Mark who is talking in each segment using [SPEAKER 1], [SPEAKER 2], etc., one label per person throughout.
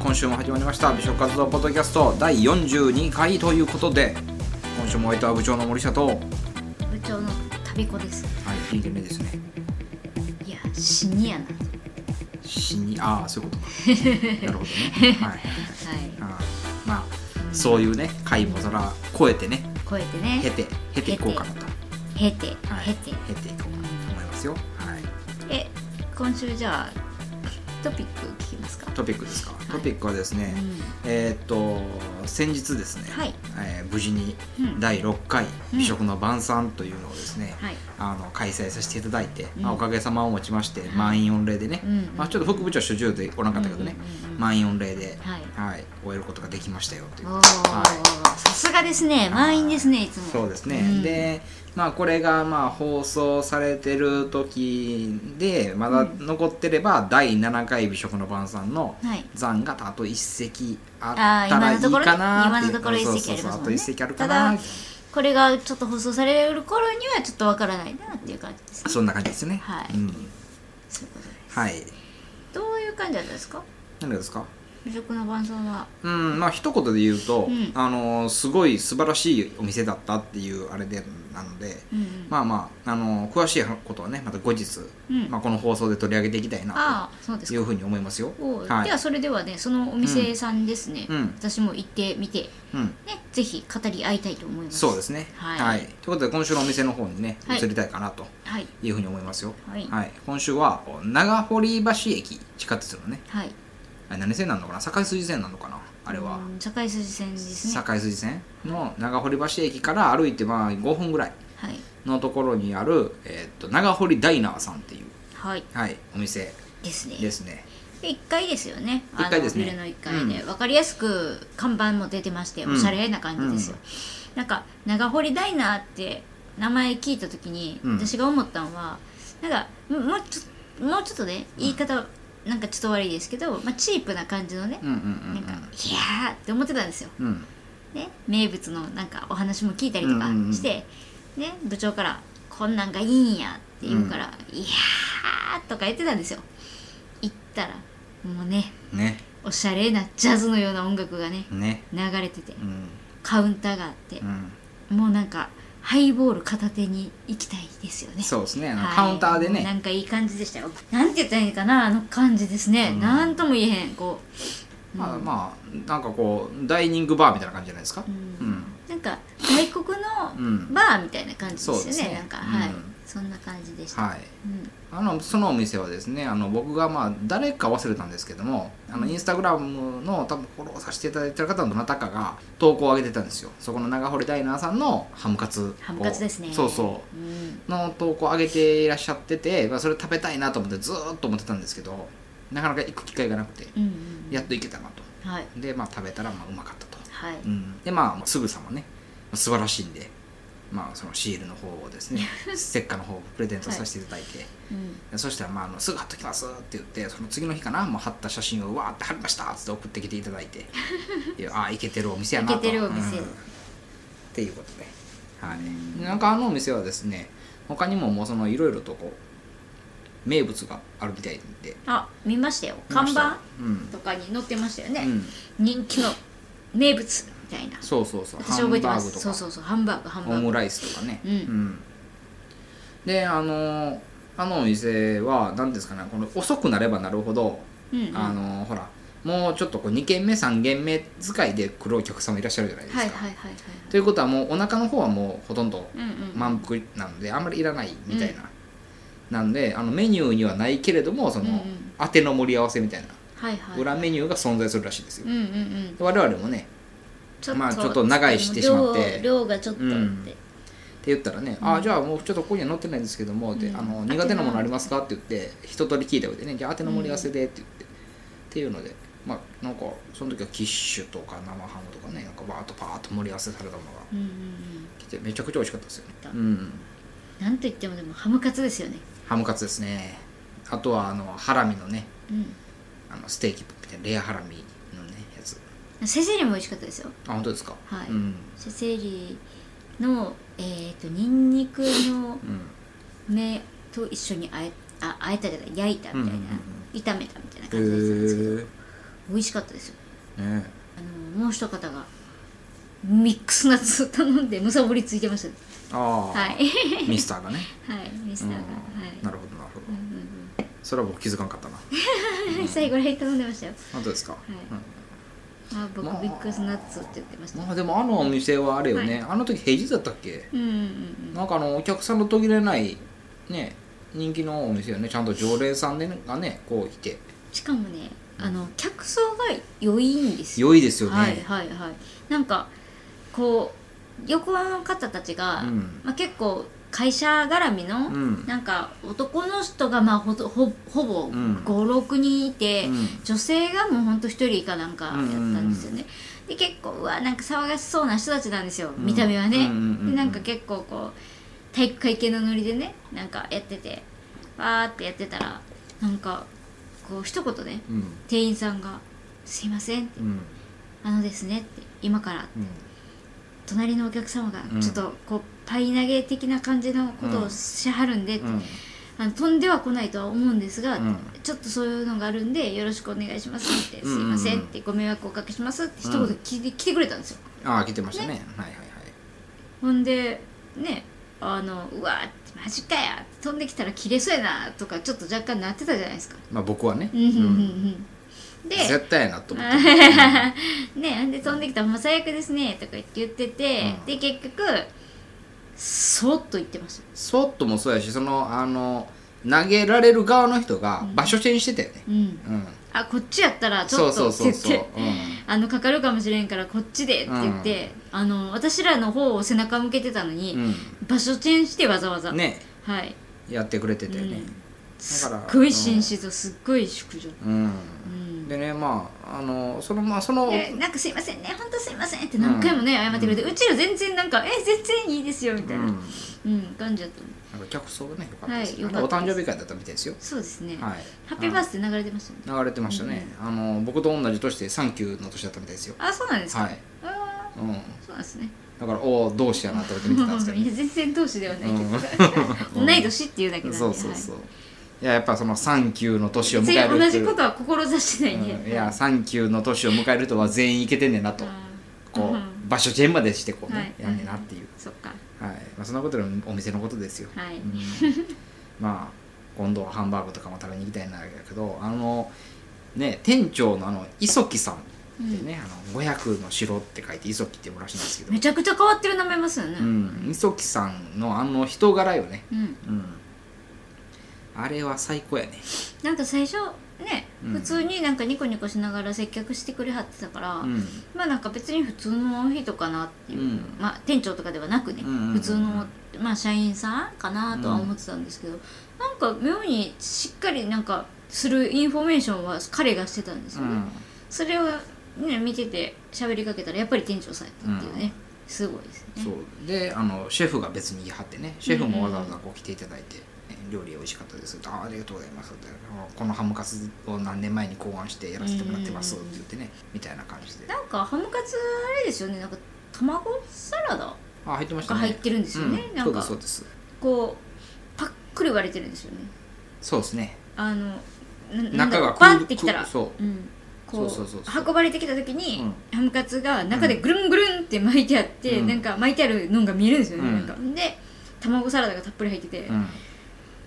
[SPEAKER 1] 今週も始まりました美食活動ポッドキャスト第42回ということで今週もお相手は部長の森下と、は
[SPEAKER 2] 部長の旅子です
[SPEAKER 1] い、2件目ですね
[SPEAKER 2] いやシニアな
[SPEAKER 1] 死にああそういうことかな るほどねはい
[SPEAKER 2] はい
[SPEAKER 1] あーまあそういうね回もそら超えてね
[SPEAKER 2] 超えてね
[SPEAKER 1] 経て経ていこうかなとはい
[SPEAKER 2] 経て経て
[SPEAKER 1] 経ていこうかなと思いますよはい
[SPEAKER 2] え今週じゃあトピック聞きますか
[SPEAKER 1] トピックですか
[SPEAKER 2] い
[SPEAKER 1] トピックはですね、
[SPEAKER 2] うん
[SPEAKER 1] えーっと先日ですね、
[SPEAKER 2] はい
[SPEAKER 1] えー無事に
[SPEAKER 2] うん
[SPEAKER 1] 第6回
[SPEAKER 2] うん
[SPEAKER 1] 美食の晩餐というのをですね、
[SPEAKER 2] はい
[SPEAKER 1] あの開催させていただいて、
[SPEAKER 2] うん
[SPEAKER 1] まあ、おかげさまをもちまして
[SPEAKER 2] い
[SPEAKER 1] 満員御礼でね、
[SPEAKER 2] うんうん
[SPEAKER 1] まあ、ちょっと副部長主従でおらんかったけどね、
[SPEAKER 2] うんうんうん
[SPEAKER 1] 満員御礼で、
[SPEAKER 2] はい
[SPEAKER 1] はい、終えることができましたよという
[SPEAKER 2] おお
[SPEAKER 1] は
[SPEAKER 2] さすがですね満員ですねいつも
[SPEAKER 1] そうですね、
[SPEAKER 2] ん
[SPEAKER 1] でまあこれがまあ放送されてる時でまだ残ってれば、第7回美食の晩餐の
[SPEAKER 2] はい
[SPEAKER 1] 残があと1席あ
[SPEAKER 2] あー
[SPEAKER 1] ったらい
[SPEAKER 2] 今の
[SPEAKER 1] い
[SPEAKER 2] ところ
[SPEAKER 1] かなってい
[SPEAKER 2] 今
[SPEAKER 1] う
[SPEAKER 2] のところ一席
[SPEAKER 1] そうそうそう
[SPEAKER 2] ありますもんね
[SPEAKER 1] あと1席あるかな
[SPEAKER 2] ただこれがちょっと放送される頃にはちょっとわからないなっていう感じですね
[SPEAKER 1] そんな感じですね
[SPEAKER 2] はい
[SPEAKER 1] うん、
[SPEAKER 2] そういうことです
[SPEAKER 1] はい
[SPEAKER 2] どういう感じなんですか
[SPEAKER 1] 何ですか
[SPEAKER 2] 美食の晩餐は
[SPEAKER 1] うんまあ一言で言うと、
[SPEAKER 2] うん
[SPEAKER 1] あのーすごい素晴らしいお店だったっていうあれでなので、
[SPEAKER 2] うんうん
[SPEAKER 1] まあまあ、あのー詳しいことはねまた後日、
[SPEAKER 2] うん
[SPEAKER 1] まあ、この放送で取り上げていきたいな
[SPEAKER 2] ああそうで
[SPEAKER 1] と
[SPEAKER 2] す
[SPEAKER 1] い
[SPEAKER 2] か
[SPEAKER 1] うふうに思いますよ。
[SPEAKER 2] おう
[SPEAKER 1] はい
[SPEAKER 2] ではそれではねそのお店さんですね、
[SPEAKER 1] うん
[SPEAKER 2] 私も行ってみて
[SPEAKER 1] うん、
[SPEAKER 2] ねぜひ語り合いたいと思います
[SPEAKER 1] そうですね、
[SPEAKER 2] はい
[SPEAKER 1] ということで今週のお店の方にね
[SPEAKER 2] はい
[SPEAKER 1] 移りたいかなと
[SPEAKER 2] はい
[SPEAKER 1] いうふうに思いますよ。
[SPEAKER 2] はい
[SPEAKER 1] 今週はこう長堀橋駅地下鉄のね
[SPEAKER 2] はい
[SPEAKER 1] あれ何線なのかな堺筋線なのかなあれは。
[SPEAKER 2] うん境筋線ですね
[SPEAKER 1] 堺筋線の長堀橋駅から歩いてまあ5分ぐらい
[SPEAKER 2] はい
[SPEAKER 1] のところにある、えー、と長堀ダイナーさんっていう、
[SPEAKER 2] はい
[SPEAKER 1] はい、お店
[SPEAKER 2] ですね
[SPEAKER 1] ですね
[SPEAKER 2] で1階ですよねあの
[SPEAKER 1] 一階ですね
[SPEAKER 2] ビルの1階で、
[SPEAKER 1] う
[SPEAKER 2] 分かりやすく看板も出てまして
[SPEAKER 1] うん
[SPEAKER 2] おしゃれな感じですよ、なんか長堀ダイナーって名前聞いた時に、
[SPEAKER 1] うん
[SPEAKER 2] 私が思ったのはなんかももうちょもうちょっとね言い方、なんかちょっと悪いですけど、まあ、チープな感じのね、
[SPEAKER 1] うんうん
[SPEAKER 2] なんか、いやーって思ってたんですよ。
[SPEAKER 1] うんうん
[SPEAKER 2] ね、名物のなんかお話も聞いたりとか
[SPEAKER 1] うんうんうん
[SPEAKER 2] して、ね、部長から「こんなんがいいんや」って言うから「いやー」とか言ってたんですよ。行ったらもうね
[SPEAKER 1] うんね
[SPEAKER 2] おしゃれなジャズのような音楽がね
[SPEAKER 1] ね
[SPEAKER 2] 流れてて
[SPEAKER 1] うん
[SPEAKER 2] カウンターがあって
[SPEAKER 1] う、ん
[SPEAKER 2] もうなんかハイボール片手に行きたいですよね。
[SPEAKER 1] そうですねあの
[SPEAKER 2] はい
[SPEAKER 1] カウンターで
[SPEAKER 2] もうな
[SPEAKER 1] ね
[SPEAKER 2] んかいい感じでしたよなんて言ったらいいのかなあの感じですね、
[SPEAKER 1] うん
[SPEAKER 2] なんとも言えへんこう、
[SPEAKER 1] まあ
[SPEAKER 2] うん
[SPEAKER 1] まあなんかこうダイニングバーみたいな感じじゃないですか
[SPEAKER 2] うんなんか外国
[SPEAKER 1] う
[SPEAKER 2] の
[SPEAKER 1] ん
[SPEAKER 2] バーみたいな感じですよ
[SPEAKER 1] そう
[SPEAKER 2] ね,、
[SPEAKER 1] ですね
[SPEAKER 2] なんか、
[SPEAKER 1] うん
[SPEAKER 2] はいそんな感じでした、
[SPEAKER 1] はい
[SPEAKER 2] うん
[SPEAKER 1] あのそのお店はですねあの僕がまあ誰か忘れたんですけどもあのインスタグラムの多分フォローさせていただいてる方のどなたかが投稿を上げてたんですよそこの長堀ダイナーさんのハムカツを
[SPEAKER 2] ハムカツですね、
[SPEAKER 1] そうそう
[SPEAKER 2] ん、
[SPEAKER 1] の投稿を上げていらっしゃってて、まあ、それ食べたいなと思ってずーっと思ってたんですけどなかなか行く機会がなくて
[SPEAKER 2] うんうんうん
[SPEAKER 1] やっと行けたなと
[SPEAKER 2] はい
[SPEAKER 1] でまあ食べたらまあうまかったと、
[SPEAKER 2] はい、
[SPEAKER 1] うん、でまあすぐさまね素晴らしいんでまあそのシールの方をですねステッカーの方をプレゼントさせていただいて、
[SPEAKER 2] うん
[SPEAKER 1] でそしたら、まあ、あのすぐ貼っときますって言ってその次の日かなもう貼った写真をうわーって貼りましたっつって送ってきていただい ていやああいけてるお店やなと
[SPEAKER 2] イケてるお店
[SPEAKER 1] うんっていうことで、はい、なんかあのお店はですね他にももうそのいろいろとこう名物があるみたいで
[SPEAKER 2] あ見ましたよ看板
[SPEAKER 1] うん、
[SPEAKER 2] とかに載ってましたよね、
[SPEAKER 1] うん、
[SPEAKER 2] 人気の名物みたいな
[SPEAKER 1] そうそうそう
[SPEAKER 2] 私覚えてま
[SPEAKER 1] ハンバーグと
[SPEAKER 2] す
[SPEAKER 1] か
[SPEAKER 2] そうそうそうハンバーグハンバ
[SPEAKER 1] オ
[SPEAKER 2] ー
[SPEAKER 1] ム
[SPEAKER 2] グ
[SPEAKER 1] ライスとかね、
[SPEAKER 2] うん
[SPEAKER 1] であのーあのお店は何ですかねこの遅くなればなるほど
[SPEAKER 2] うんうん
[SPEAKER 1] あのほらもうちょっとこう2軒目3軒目使いで来るお客様いらっしゃるじゃないですか。
[SPEAKER 2] はいはいはいはい
[SPEAKER 1] ということはもうお腹の方はもうほとんど
[SPEAKER 2] うんうん
[SPEAKER 1] 満腹なのであんまりいらないみたいな、なんであのメニューにはないけれどもその、
[SPEAKER 2] うんうん
[SPEAKER 1] 当ての盛り合わせみたいな
[SPEAKER 2] はいはい
[SPEAKER 1] 裏メニューが存在するらしいですよ。
[SPEAKER 2] うんうんうん
[SPEAKER 1] で我々もね
[SPEAKER 2] ちょっと
[SPEAKER 1] まあちょっと長居してしまって
[SPEAKER 2] 量量がちょっとって、
[SPEAKER 1] うんって言ったらね「ああじゃあもうちょっとここには載ってないんですけども」で
[SPEAKER 2] うん
[SPEAKER 1] あの「苦手なものありますか?」って言って一通り聞いた上でね「じゃあ当ての盛り合わせで」って言って、っていうのでまあなんかその時はキッシュとか生ハムとかねなんかバーッとパーッと盛り合わせされたものが
[SPEAKER 2] うんうんうん
[SPEAKER 1] 来てめちゃくちゃ美味しかったですよね
[SPEAKER 2] だ
[SPEAKER 1] うん
[SPEAKER 2] なんといってもでもハムカツですよね。
[SPEAKER 1] ハムカツですねあとはあのハラミのね
[SPEAKER 2] うん。
[SPEAKER 1] あのステーキみたいなレアハラミのねやつ
[SPEAKER 2] セセリも美味しかったですよ。
[SPEAKER 1] あ本当ですか
[SPEAKER 2] はい
[SPEAKER 1] うん
[SPEAKER 2] セセリのえっ、とニンニクの
[SPEAKER 1] うん
[SPEAKER 2] 芽と一緒にあえああえたじゃない焼いた
[SPEAKER 1] うん
[SPEAKER 2] みたいな、
[SPEAKER 1] うんうん
[SPEAKER 2] 炒めたみたいな
[SPEAKER 1] へえ
[SPEAKER 2] 感じです。美味しかったですよ
[SPEAKER 1] ね
[SPEAKER 2] あのもう一方がミックスナッツ頼んでむさぼりついてましたね
[SPEAKER 1] ああ、
[SPEAKER 2] はい は
[SPEAKER 1] ミスターがね、
[SPEAKER 2] いミス
[SPEAKER 1] うん
[SPEAKER 2] ターがはい
[SPEAKER 1] なるほどなるほど
[SPEAKER 2] うんうん
[SPEAKER 1] それは僕気づかんかったな
[SPEAKER 2] うん最後らへん頼んでましたよ
[SPEAKER 1] 本当ですか、
[SPEAKER 2] あ僕
[SPEAKER 1] まあ
[SPEAKER 2] ミックスナッツって言ってまし
[SPEAKER 1] う
[SPEAKER 2] た
[SPEAKER 1] んまあでもあのお店はあれよね、あの時平日だったっけ
[SPEAKER 2] うんうんうん
[SPEAKER 1] なんかあのお客さんの途切れないね人気のお店よねちゃんと常連さんでねがねこういて
[SPEAKER 2] しかもねあの客層が良いんですよ
[SPEAKER 1] 良いですよね、
[SPEAKER 2] はいはいはいなんかこう横の方たちが、
[SPEAKER 1] うん
[SPEAKER 2] まあ、結構会社絡みの、
[SPEAKER 1] うん
[SPEAKER 2] なんか男の人がまあほとほほぼ
[SPEAKER 1] うん
[SPEAKER 2] 56人いて、
[SPEAKER 1] うん
[SPEAKER 2] 女性がもうほんと1人以下なんかやったんですよね、で結構うわなんか騒がしそうな人たちなんですよ、
[SPEAKER 1] うん
[SPEAKER 2] 見た目はね、
[SPEAKER 1] うんうんうんうん
[SPEAKER 2] でなんか結構こう体育会系のノリでねなんかやっててわーってやってたらなんかこう一言ね
[SPEAKER 1] うん
[SPEAKER 2] 店員さんが「すいません」って
[SPEAKER 1] うん
[SPEAKER 2] 「あのですね」って「今から
[SPEAKER 1] うん
[SPEAKER 2] 隣のお客様が
[SPEAKER 1] うん
[SPEAKER 2] ちょっとこうパイ投げ的な感じのこと
[SPEAKER 1] う
[SPEAKER 2] を
[SPEAKER 1] ん
[SPEAKER 2] しはるんで」って
[SPEAKER 1] うん
[SPEAKER 2] あの飛んでは来ないとは思うんですが、
[SPEAKER 1] うん
[SPEAKER 2] ちょっとそういうのがあるんでよろしくお願いしますって「
[SPEAKER 1] うんうん
[SPEAKER 2] す
[SPEAKER 1] う
[SPEAKER 2] い
[SPEAKER 1] ん
[SPEAKER 2] ません」って「ご迷惑をおかけします」って一
[SPEAKER 1] う
[SPEAKER 2] 言
[SPEAKER 1] ん
[SPEAKER 2] 聞いて,、来てくれたんですよ
[SPEAKER 1] ああ聞いてましたねはいはいはい
[SPEAKER 2] ほんでねあのうわマジかや飛んできたら切れそうやなとかちょっと若干なってたじゃないですか
[SPEAKER 1] まあ僕はね、
[SPEAKER 2] うんうんうんうんで
[SPEAKER 1] 絶対やなと思って、
[SPEAKER 2] ねで飛んできたら「もう最悪ですね」とか言ってて、
[SPEAKER 1] うん
[SPEAKER 2] で結局そっと言ってました
[SPEAKER 1] そっともそうやしそのあの投げられる側の人が場所チェンしてたよね、
[SPEAKER 2] うん
[SPEAKER 1] うん
[SPEAKER 2] あこっちやったらち
[SPEAKER 1] そ
[SPEAKER 2] ょ
[SPEAKER 1] う
[SPEAKER 2] っ
[SPEAKER 1] そ
[SPEAKER 2] と
[SPEAKER 1] う
[SPEAKER 2] って
[SPEAKER 1] そう
[SPEAKER 2] 言っ
[SPEAKER 1] そう、
[SPEAKER 2] てあのかかるかもしれんからこっちでって言って、あの私らの方を背中向けてたのに、
[SPEAKER 1] うん
[SPEAKER 2] 場所チェンしてわざわざ、
[SPEAKER 1] うん、ね
[SPEAKER 2] はい
[SPEAKER 1] やってくれてたよね、
[SPEAKER 2] すっ
[SPEAKER 1] だから
[SPEAKER 2] ごい紳士とすっごい淑女、
[SPEAKER 1] うん
[SPEAKER 2] うん
[SPEAKER 1] でねまああのそのまあその
[SPEAKER 2] でなんかすいませんね本当すいませんって何回もね、謝ってくれて、うちら全然なんかえ全然いいですよみたいな、
[SPEAKER 1] う
[SPEAKER 2] うんん感じだった
[SPEAKER 1] なんか客層がね良かったです、
[SPEAKER 2] は
[SPEAKER 1] ね
[SPEAKER 2] い良か
[SPEAKER 1] お
[SPEAKER 2] った
[SPEAKER 1] 誕生日会だったみたいですよ
[SPEAKER 2] そうですね、
[SPEAKER 1] はい
[SPEAKER 2] ハッピーバースデー流れてましたね
[SPEAKER 1] 流れてましたね、あの僕と同じ年でサンキューの年だったみたいですよ
[SPEAKER 2] あそうなんですか、
[SPEAKER 1] はい、
[SPEAKER 2] あ
[SPEAKER 1] うん、
[SPEAKER 2] ーそうなんですね
[SPEAKER 1] だからおお同志やなと思って見てたんですけど、
[SPEAKER 2] いや全然同志ではないけど、
[SPEAKER 1] うん
[SPEAKER 2] 同い年っていうだけなん で
[SPEAKER 1] そうそうそう、、
[SPEAKER 2] はい
[SPEAKER 1] ややっぱそのサンキューの年を
[SPEAKER 2] い、
[SPEAKER 1] 迎
[SPEAKER 2] 全
[SPEAKER 1] える
[SPEAKER 2] 然同じ
[SPEAKER 1] 人
[SPEAKER 2] ことは志してないね、
[SPEAKER 1] うんいやサンキューの年を迎える人は全員いけてんねんなと、こ
[SPEAKER 2] うん
[SPEAKER 1] う場所チェンまでしてこうね、
[SPEAKER 2] はい
[SPEAKER 1] やんねんなっていう、
[SPEAKER 2] そっか
[SPEAKER 1] はいまあ、そんなことでもお店のことですよ、
[SPEAKER 2] はい、
[SPEAKER 1] うんまあ今度はハンバーグとかも食べに行きたいんだけどあのね店長のあの磯木さんってね、あの500の城って書いて磯木って読むらしいんですけ
[SPEAKER 2] め
[SPEAKER 1] ど、
[SPEAKER 2] ちゃくちゃ変わってる名前ますよね
[SPEAKER 1] うん、磯木さんのあの人柄よね、
[SPEAKER 2] うん
[SPEAKER 1] うん、あれは最高やね
[SPEAKER 2] なんか最初ね
[SPEAKER 1] うん
[SPEAKER 2] 普通になんかニコニコしながら接客してくれはってたから、
[SPEAKER 1] うん
[SPEAKER 2] まあなんか別に普通の人かなっていう、
[SPEAKER 1] うん
[SPEAKER 2] まあ店長とかではなくね、
[SPEAKER 1] うんうんうん
[SPEAKER 2] 普通の、まあ、社員さんかなとは思ってたんですけど、なんか妙にしっかりなんかするインフォメーションは彼がしてたんです
[SPEAKER 1] う
[SPEAKER 2] よね、
[SPEAKER 1] ん
[SPEAKER 2] それをね見てて喋りかけたらやっぱり店長さんやったっていうね、すごいですね
[SPEAKER 1] そうであのシェフが別に言い張ってねシェフもわざわざこう来ていただいて、料理美味しかったですあありがとうございますってあこのハムカツを何年前に考案してやらせてもらってますって言ってね、みたいな感じで
[SPEAKER 2] なんかハムカツあれですよねなんか卵サラダ
[SPEAKER 1] あ入ってました
[SPEAKER 2] が
[SPEAKER 1] ね
[SPEAKER 2] 入ってるんですよね、
[SPEAKER 1] うん
[SPEAKER 2] なんか
[SPEAKER 1] そうですそうです
[SPEAKER 2] こうパックリ割れてるんですよね
[SPEAKER 1] そうですね
[SPEAKER 2] あのななんだ
[SPEAKER 1] 中が
[SPEAKER 2] ろ
[SPEAKER 1] く
[SPEAKER 2] うバンってきたら
[SPEAKER 1] くそ
[SPEAKER 2] うんこう
[SPEAKER 1] そうそうそうそう
[SPEAKER 2] 運ばれてきた時に、
[SPEAKER 1] う
[SPEAKER 2] ハムカツが中でぐるんぐるんって巻いてあって、
[SPEAKER 1] うん
[SPEAKER 2] なんか巻いてあるのが見えるんですよね、
[SPEAKER 1] うん
[SPEAKER 2] なんかで卵サラダがたっぷり入ってて、
[SPEAKER 1] う、うん、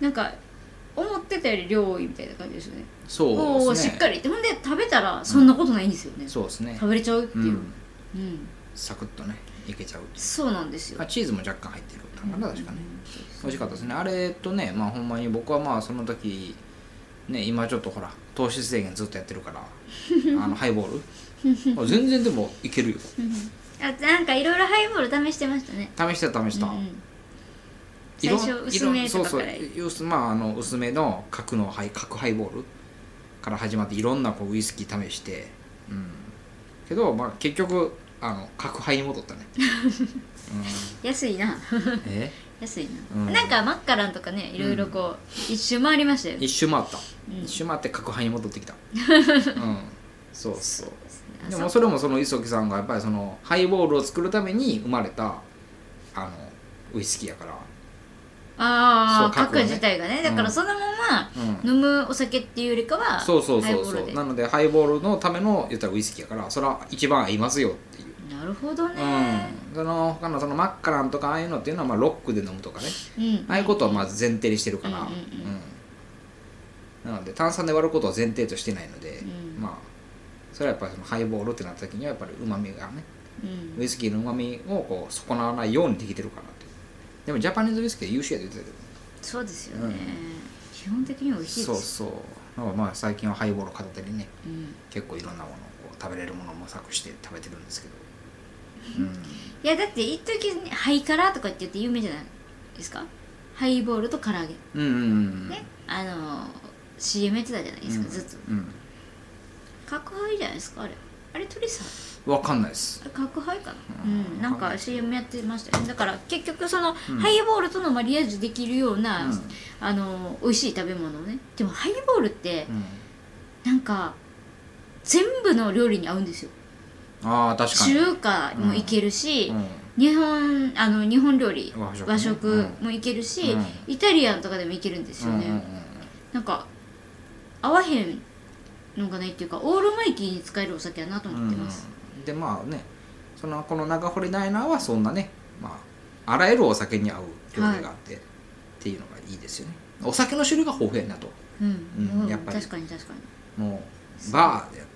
[SPEAKER 2] なんか思ってたより量多いみたいな感じですよね
[SPEAKER 1] そ
[SPEAKER 2] お
[SPEAKER 1] う
[SPEAKER 2] お
[SPEAKER 1] です
[SPEAKER 2] し
[SPEAKER 1] ね
[SPEAKER 2] っかりってほんで食べたらそんなことないんですよね、
[SPEAKER 1] そうですね
[SPEAKER 2] 食べれちゃうっていう、
[SPEAKER 1] う
[SPEAKER 2] うんん
[SPEAKER 1] サクッとねいけちゃうってい
[SPEAKER 2] そうなんです
[SPEAKER 1] う
[SPEAKER 2] よ
[SPEAKER 1] あチーズも若干入ってるかな確かね、美味しかったです
[SPEAKER 2] ね
[SPEAKER 1] ねあれとねまあほんまに僕はまあその時ね今ちょっとほら糖質制限ずっとやってるから あのハイボールあ全然でもいけるよ
[SPEAKER 2] あなんかいろいろハイボール試してましたね
[SPEAKER 1] 試して試した、
[SPEAKER 2] うんうん
[SPEAKER 1] いろん
[SPEAKER 2] 最初薄めとかから
[SPEAKER 1] いろんそうそう薄まああの薄めの角のハイ角ハイボールから始まっていろんなこうウイスキー試してうんけどまあ結局あの角ハイに戻ったね、
[SPEAKER 2] 安いな
[SPEAKER 1] うん、え
[SPEAKER 2] 安いな、
[SPEAKER 1] うん
[SPEAKER 2] なんかマッカランとかねいろいろこう、一周回りましたよね
[SPEAKER 1] 一周回った、
[SPEAKER 2] うん
[SPEAKER 1] 一周回って角ハイに戻って きたうんそうそう
[SPEAKER 2] あ
[SPEAKER 1] で
[SPEAKER 2] そ
[SPEAKER 1] も
[SPEAKER 2] う
[SPEAKER 1] それもその磯木さんがやっぱりそのハイボールを作るために生まれたあのウイスキーやからそ
[SPEAKER 2] あ
[SPEAKER 1] う
[SPEAKER 2] あ
[SPEAKER 1] 角
[SPEAKER 2] 角
[SPEAKER 1] ね
[SPEAKER 2] 自体がねだ
[SPEAKER 1] う
[SPEAKER 2] から
[SPEAKER 1] ん
[SPEAKER 2] そのまま
[SPEAKER 1] うん
[SPEAKER 2] 飲むお酒っていうよりかは
[SPEAKER 1] そうそう
[SPEAKER 2] ハイ
[SPEAKER 1] そ
[SPEAKER 2] ボ
[SPEAKER 1] う
[SPEAKER 2] ー
[SPEAKER 1] そ
[SPEAKER 2] ル
[SPEAKER 1] う
[SPEAKER 2] で
[SPEAKER 1] なのでハイボールのための言ったらウイスキーやからそれは一番合いますよっていう、
[SPEAKER 2] なるほどね
[SPEAKER 1] うん、その他のそのマッカランとかああいうのっていうのはまあロックで飲むとかね
[SPEAKER 2] うん
[SPEAKER 1] ああいうことはまず前提にしてるから、
[SPEAKER 2] うんうんうん
[SPEAKER 1] うんなので炭酸で割ることは前提としてないので、
[SPEAKER 2] うん
[SPEAKER 1] まあそれはやっぱりそのハイボールってなった時にはやっぱりうまみがね
[SPEAKER 2] うん
[SPEAKER 1] ウイスキーのうまみをこう損なわないようにできてるかなっていうでもジャパニーズウイスキーは優秀やって言ってた
[SPEAKER 2] そうですよね
[SPEAKER 1] うん
[SPEAKER 2] 基本的に美味し
[SPEAKER 1] け
[SPEAKER 2] い
[SPEAKER 1] ど、
[SPEAKER 2] で
[SPEAKER 1] そう
[SPEAKER 2] す
[SPEAKER 1] そうだからまあ最近はハイボールを片手にね
[SPEAKER 2] うん
[SPEAKER 1] 結構いろんなものをこう食べれるものを模索して食べてるんですけど、うん、
[SPEAKER 2] いやだって一時ねハイカラーとかって言って有名じゃないですかハイボールと唐揚げ
[SPEAKER 1] うんうんうん
[SPEAKER 2] ねあの CM やってたじゃないですか
[SPEAKER 1] うん
[SPEAKER 2] ずっと
[SPEAKER 1] うん
[SPEAKER 2] 角ハイじゃないですかあれあれ鳥さん
[SPEAKER 1] わかんないです
[SPEAKER 2] あれ角ハイかな
[SPEAKER 1] う
[SPEAKER 2] うんんなん
[SPEAKER 1] わかんな
[SPEAKER 2] か
[SPEAKER 1] い
[SPEAKER 2] CM やってましたよねだから結局その
[SPEAKER 1] うん
[SPEAKER 2] ハイボールとのマリアージュできるよう
[SPEAKER 1] う
[SPEAKER 2] なんあの美味しい食べ物をねでもハイボールって
[SPEAKER 1] うん
[SPEAKER 2] なんか全部の料理に合うんですよ
[SPEAKER 1] ああ確かに
[SPEAKER 2] 中華もいけるし、
[SPEAKER 1] うん
[SPEAKER 2] 日本あの日本料理
[SPEAKER 1] 和食ね
[SPEAKER 2] 和食もいけるし、
[SPEAKER 1] うん
[SPEAKER 2] イタリアンとかでもいけるんですよね、
[SPEAKER 1] うんうんうん
[SPEAKER 2] なんか合わへんのがないっていうかオールマイティーに使えるお酒やなと思ってます、
[SPEAKER 1] うんうんでまあねそのこの長堀ダイナーはそんなね、まあ、あらゆるお酒に合う料理があって、っていうのがいいですよねお酒の種類が豊富やなと
[SPEAKER 2] うん、
[SPEAKER 1] うん
[SPEAKER 2] うん
[SPEAKER 1] やっぱり
[SPEAKER 2] 確かに確かに、
[SPEAKER 1] もうバーで、
[SPEAKER 2] は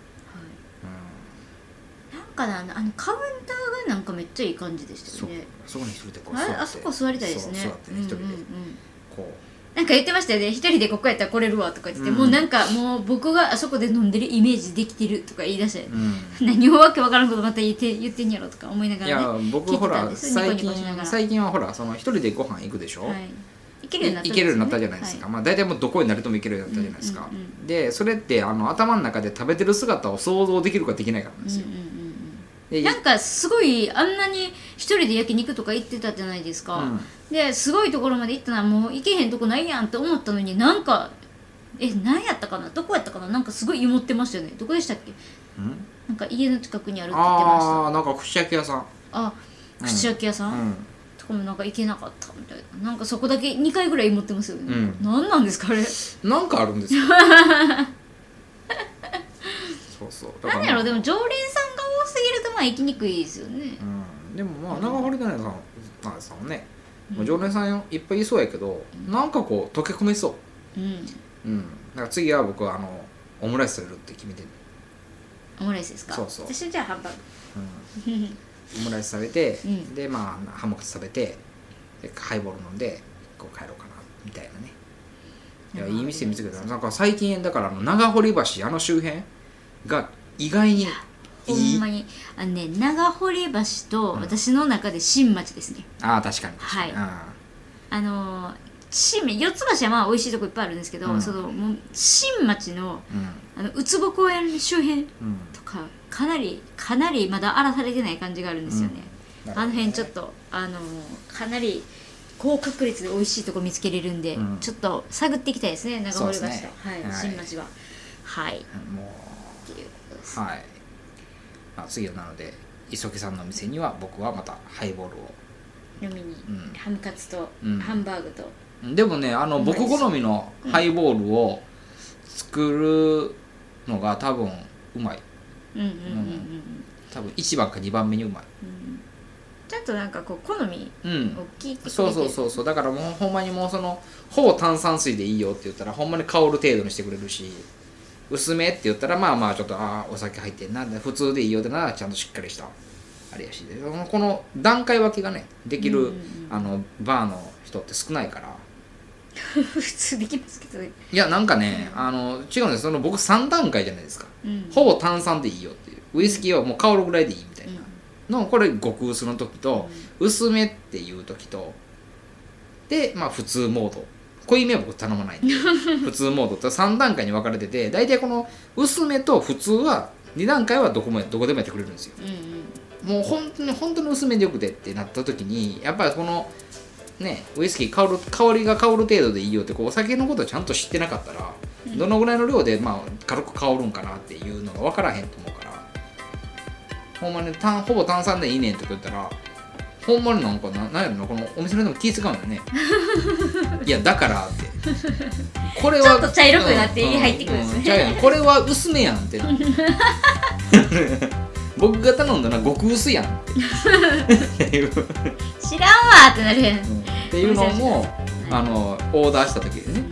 [SPEAKER 1] うん、
[SPEAKER 2] い、なんかなあのあのカウンターがなんかめっちゃいい感じでした
[SPEAKER 1] そ
[SPEAKER 2] よ
[SPEAKER 1] う
[SPEAKER 2] ね
[SPEAKER 1] あそこに一人でこう
[SPEAKER 2] あ
[SPEAKER 1] 座
[SPEAKER 2] れ
[SPEAKER 1] って
[SPEAKER 2] あそこ座りたいですね
[SPEAKER 1] そう座ってね一人で
[SPEAKER 2] うんうんうん
[SPEAKER 1] こ
[SPEAKER 2] なんか言ってましたよね一人でここやったら来れるわとか言ってて、
[SPEAKER 1] うん
[SPEAKER 2] もうなんかもう僕があそこで飲んでるイメージできてるとか言い出して
[SPEAKER 1] う、うん
[SPEAKER 2] 何をわけわからんことまた言って言ってんやろとか思いなが
[SPEAKER 1] い
[SPEAKER 2] らね
[SPEAKER 1] や僕
[SPEAKER 2] 聞い
[SPEAKER 1] ほ
[SPEAKER 2] てたん
[SPEAKER 1] ら
[SPEAKER 2] です
[SPEAKER 1] 最
[SPEAKER 2] ニコニコしなが
[SPEAKER 1] 近
[SPEAKER 2] ら
[SPEAKER 1] 最近はほらその一人でご飯行くでしょ、
[SPEAKER 2] はい、いけるようになった
[SPEAKER 1] い
[SPEAKER 2] ん
[SPEAKER 1] い
[SPEAKER 2] です
[SPEAKER 1] け
[SPEAKER 2] よ
[SPEAKER 1] るよ
[SPEAKER 2] ね
[SPEAKER 1] うになったじゃないですか、
[SPEAKER 2] は
[SPEAKER 1] まあ、大体もうどこになるともいけるようになったじゃないですか、
[SPEAKER 2] うんうんうん
[SPEAKER 1] でそれってあの頭の中で食べてる姿を想像できるかできないからなん
[SPEAKER 2] い
[SPEAKER 1] ですよ、
[SPEAKER 2] うんうんうんうん
[SPEAKER 1] で
[SPEAKER 2] なんかすごいあんなに一人で焼肉とか行ってたじゃないですか、
[SPEAKER 1] うん
[SPEAKER 2] ですごいところまで行ったらもう行けへんとこないやんって思ったのになんかえ何やったかなどこやったかななんかすごい湯持ってましたよねどこでしたっけ
[SPEAKER 1] うん
[SPEAKER 2] なんか家の近くにあるって言ってました
[SPEAKER 1] ああなんか串焼き屋さん、
[SPEAKER 2] あ
[SPEAKER 1] うん
[SPEAKER 2] 口焼き屋さん、
[SPEAKER 1] う
[SPEAKER 2] とかもなんか行けなかったみたいななんかそこだけ2回ぐらい持ってますよね、
[SPEAKER 1] うん
[SPEAKER 2] なんなんですかあれ
[SPEAKER 1] ん、なんかあるんです よそうそうだ
[SPEAKER 2] なん
[SPEAKER 1] まあ
[SPEAKER 2] やろでも常連さんが多すぎるとまあ行きにくいですよね
[SPEAKER 1] うん、でもまあ長堀谷さんなんさんはね、もう常連さんいっぱいいそうやけど、なんかこう溶け込めそ
[SPEAKER 2] うん
[SPEAKER 1] ううんだから次は僕はあのオムライス食べるって決めてる、
[SPEAKER 2] オムライスですか
[SPEAKER 1] そうそう
[SPEAKER 2] 私じゃあハンバー
[SPEAKER 1] う
[SPEAKER 2] グ
[SPEAKER 1] ん、オムライス食べて、
[SPEAKER 2] うん
[SPEAKER 1] でまあハムカツ食べてでハイボール飲んでこう帰ろうかなみたいなねいやいい店見つけたなんか最近だからあの長堀橋あの周辺が意外にい
[SPEAKER 2] ほん
[SPEAKER 1] い
[SPEAKER 2] まにあのね長堀橋と
[SPEAKER 1] うん
[SPEAKER 2] 私の中で新町ですね、
[SPEAKER 1] ああ確かに確かに、
[SPEAKER 2] あのー新四つ橋はまあ美味しいとこいっぱいあるんですけど、
[SPEAKER 1] うん
[SPEAKER 2] そのもう新町の
[SPEAKER 1] うん
[SPEAKER 2] あのウツボ公園周辺
[SPEAKER 1] うんうん
[SPEAKER 2] とかかなりかなりまだ荒らされてない感じがあるんですよね、
[SPEAKER 1] なるほどね
[SPEAKER 2] あの辺ちょっとあのかなり高確率で美味しいとこ見つけれるんで、
[SPEAKER 1] うん
[SPEAKER 2] ちょっと探っていきたいですね長堀橋
[SPEAKER 1] そ
[SPEAKER 2] と、
[SPEAKER 1] うですね
[SPEAKER 2] はい、
[SPEAKER 1] はい
[SPEAKER 2] 新町ははいっ
[SPEAKER 1] も
[SPEAKER 2] ていうことで
[SPEAKER 1] う
[SPEAKER 2] す、
[SPEAKER 1] はい、まあ、次はなので磯木さんの店には僕はまたハイボールを
[SPEAKER 2] 飲みに、
[SPEAKER 1] うん
[SPEAKER 2] ハムカツと、
[SPEAKER 1] うん
[SPEAKER 2] ハンバーグと
[SPEAKER 1] うんでもねあの
[SPEAKER 2] うまい
[SPEAKER 1] 僕
[SPEAKER 2] です
[SPEAKER 1] 好みのハイボールを作るのが多分うまい
[SPEAKER 2] うんうんうんうん
[SPEAKER 1] 多分1番か2番目にうまい
[SPEAKER 2] うんうんちゃんとなんかこう好み
[SPEAKER 1] うん
[SPEAKER 2] を聞いてくれて
[SPEAKER 1] そうそうそうそうだからもうほんまにもうそのほぼ炭酸水でいいよって言ったらほんまに香る程度にしてくれるし薄めって言ったらまあまあちょっとああお酒入ってんなで普通でいいよってならちゃんとしっかりしたあれやしでそのこの段階分けがねできる、
[SPEAKER 2] うんうんうん
[SPEAKER 1] あのバーの人って少ないから
[SPEAKER 2] 普通できますけどね、
[SPEAKER 1] いやなんかねあの違うんですその僕3段階じゃないですか
[SPEAKER 2] うん、
[SPEAKER 1] ほぼ炭酸でいいよっていうウイスキーはもう香るぐらいでいいみたいな、のこれ極薄の時と、薄めっていう時とでまあ普通モード濃いめは僕頼まないんで普通モードと3段階に分かれてて大体この薄めと普通は2段階はどこもどこでもやってくれるんですよ
[SPEAKER 2] うんう
[SPEAKER 1] も
[SPEAKER 2] ん
[SPEAKER 1] う本当に本当に薄めでよくてってなった時にやっぱりこのねウイスキー香る香りが香る程度でいいよってこうお酒のことをちゃんと知ってなかったら、どのぐらいの量で、まあ、軽く香るんかなっていうのが分からへんと思うからほんまに炭ほぼ炭酸でいいねんとか言ったらほんまになんかななんやろなこのお店の人も気使うんだよ ねいやだからってこれは
[SPEAKER 2] ちょっと茶色くなって入ってくるんですね
[SPEAKER 1] ちゃうやんこれは薄めやんって な僕が頼んだのは極薄やんって っていう
[SPEAKER 2] 知らんわってなるやん
[SPEAKER 1] っていうのもあのオーダーした時にね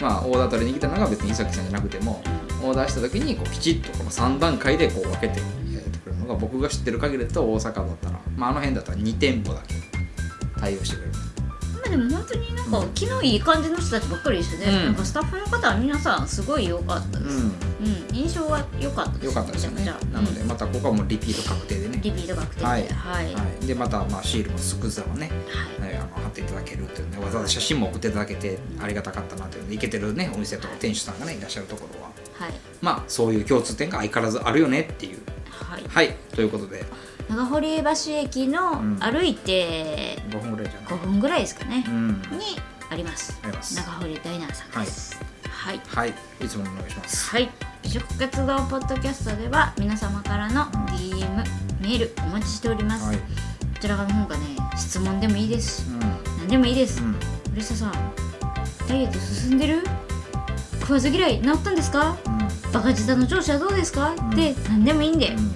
[SPEAKER 1] まあオーダー取りに来たのが別に伊崎さんじゃなくてもオーダーした時にこうきちっとこの3段階でこう分けてやってくれるのが僕が知ってる限りだと大阪だったら、まあ、あの辺だったら2店舗だけ対応してくれる
[SPEAKER 2] まあでも本当になんか
[SPEAKER 1] うん
[SPEAKER 2] 昨日いい感じの人たちばっかりでした
[SPEAKER 1] う
[SPEAKER 2] ね、
[SPEAKER 1] ん
[SPEAKER 2] なんかスタッフの方は皆さんすごい良かったです、
[SPEAKER 1] う
[SPEAKER 2] うん印象は良かった
[SPEAKER 1] んよかったですよね
[SPEAKER 2] めちゃくちゃ
[SPEAKER 1] なので
[SPEAKER 2] うん
[SPEAKER 1] またここはもうリピート確定でね
[SPEAKER 2] リピート確定で
[SPEAKER 1] は
[SPEAKER 2] はいい、はい
[SPEAKER 1] はい、でまたまあシールもスクーザーをね、はい、あの貼っていただけるというねわざわざ写真も送っていただけてありがたかったなというねいけてるねお店と店主さんがねいらっしゃるところは
[SPEAKER 2] はい
[SPEAKER 1] まあそういう共通点が相変わらずあるよねっていう
[SPEAKER 2] はい
[SPEAKER 1] はいということで
[SPEAKER 2] 長堀橋駅の
[SPEAKER 1] うん
[SPEAKER 2] 歩いて
[SPEAKER 1] 5分ぐらいじゃない
[SPEAKER 2] 5分ぐらいですかね
[SPEAKER 1] う、ん
[SPEAKER 2] にあります
[SPEAKER 1] あります
[SPEAKER 2] 長堀大奈さんですはい、は
[SPEAKER 1] は
[SPEAKER 2] い
[SPEAKER 1] いいつものお願いします
[SPEAKER 2] 美食活動ポッドキャストでは皆様からの DM メールお待ちしております、
[SPEAKER 1] はい
[SPEAKER 2] こちらの方がね質問でもいいですし何でもいいです、
[SPEAKER 1] うん
[SPEAKER 2] 森下さんダイエット進んでる食わず嫌い治ったんですか
[SPEAKER 1] うん
[SPEAKER 2] バカ舌の上司はどうですか、
[SPEAKER 1] ん
[SPEAKER 2] って何でもいいんで
[SPEAKER 1] うんうん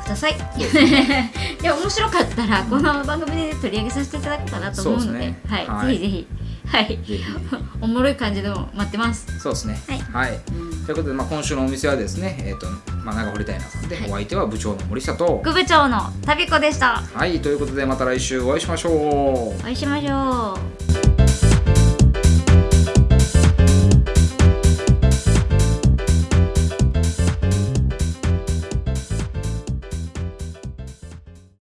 [SPEAKER 2] くだ さいで面白かったらこの番組で取り上げさせていただこうかなと思う
[SPEAKER 1] そう
[SPEAKER 2] の
[SPEAKER 1] で
[SPEAKER 2] です
[SPEAKER 1] ね
[SPEAKER 2] はい、
[SPEAKER 1] はい
[SPEAKER 2] ぜひぜひはい
[SPEAKER 1] ぜひ
[SPEAKER 2] おもろい感じでも待ってます、
[SPEAKER 1] そうですね
[SPEAKER 2] はい
[SPEAKER 1] はい
[SPEAKER 2] うん、
[SPEAKER 1] ということで、まあ、今週のお店はですね、えっとまあ、長堀大奈さんで、
[SPEAKER 2] は
[SPEAKER 1] お
[SPEAKER 2] い
[SPEAKER 1] 相手は部長の森下と
[SPEAKER 2] 副部長のタビコでした
[SPEAKER 1] はいということでまた来週お会いしましょう
[SPEAKER 2] お会いしましょう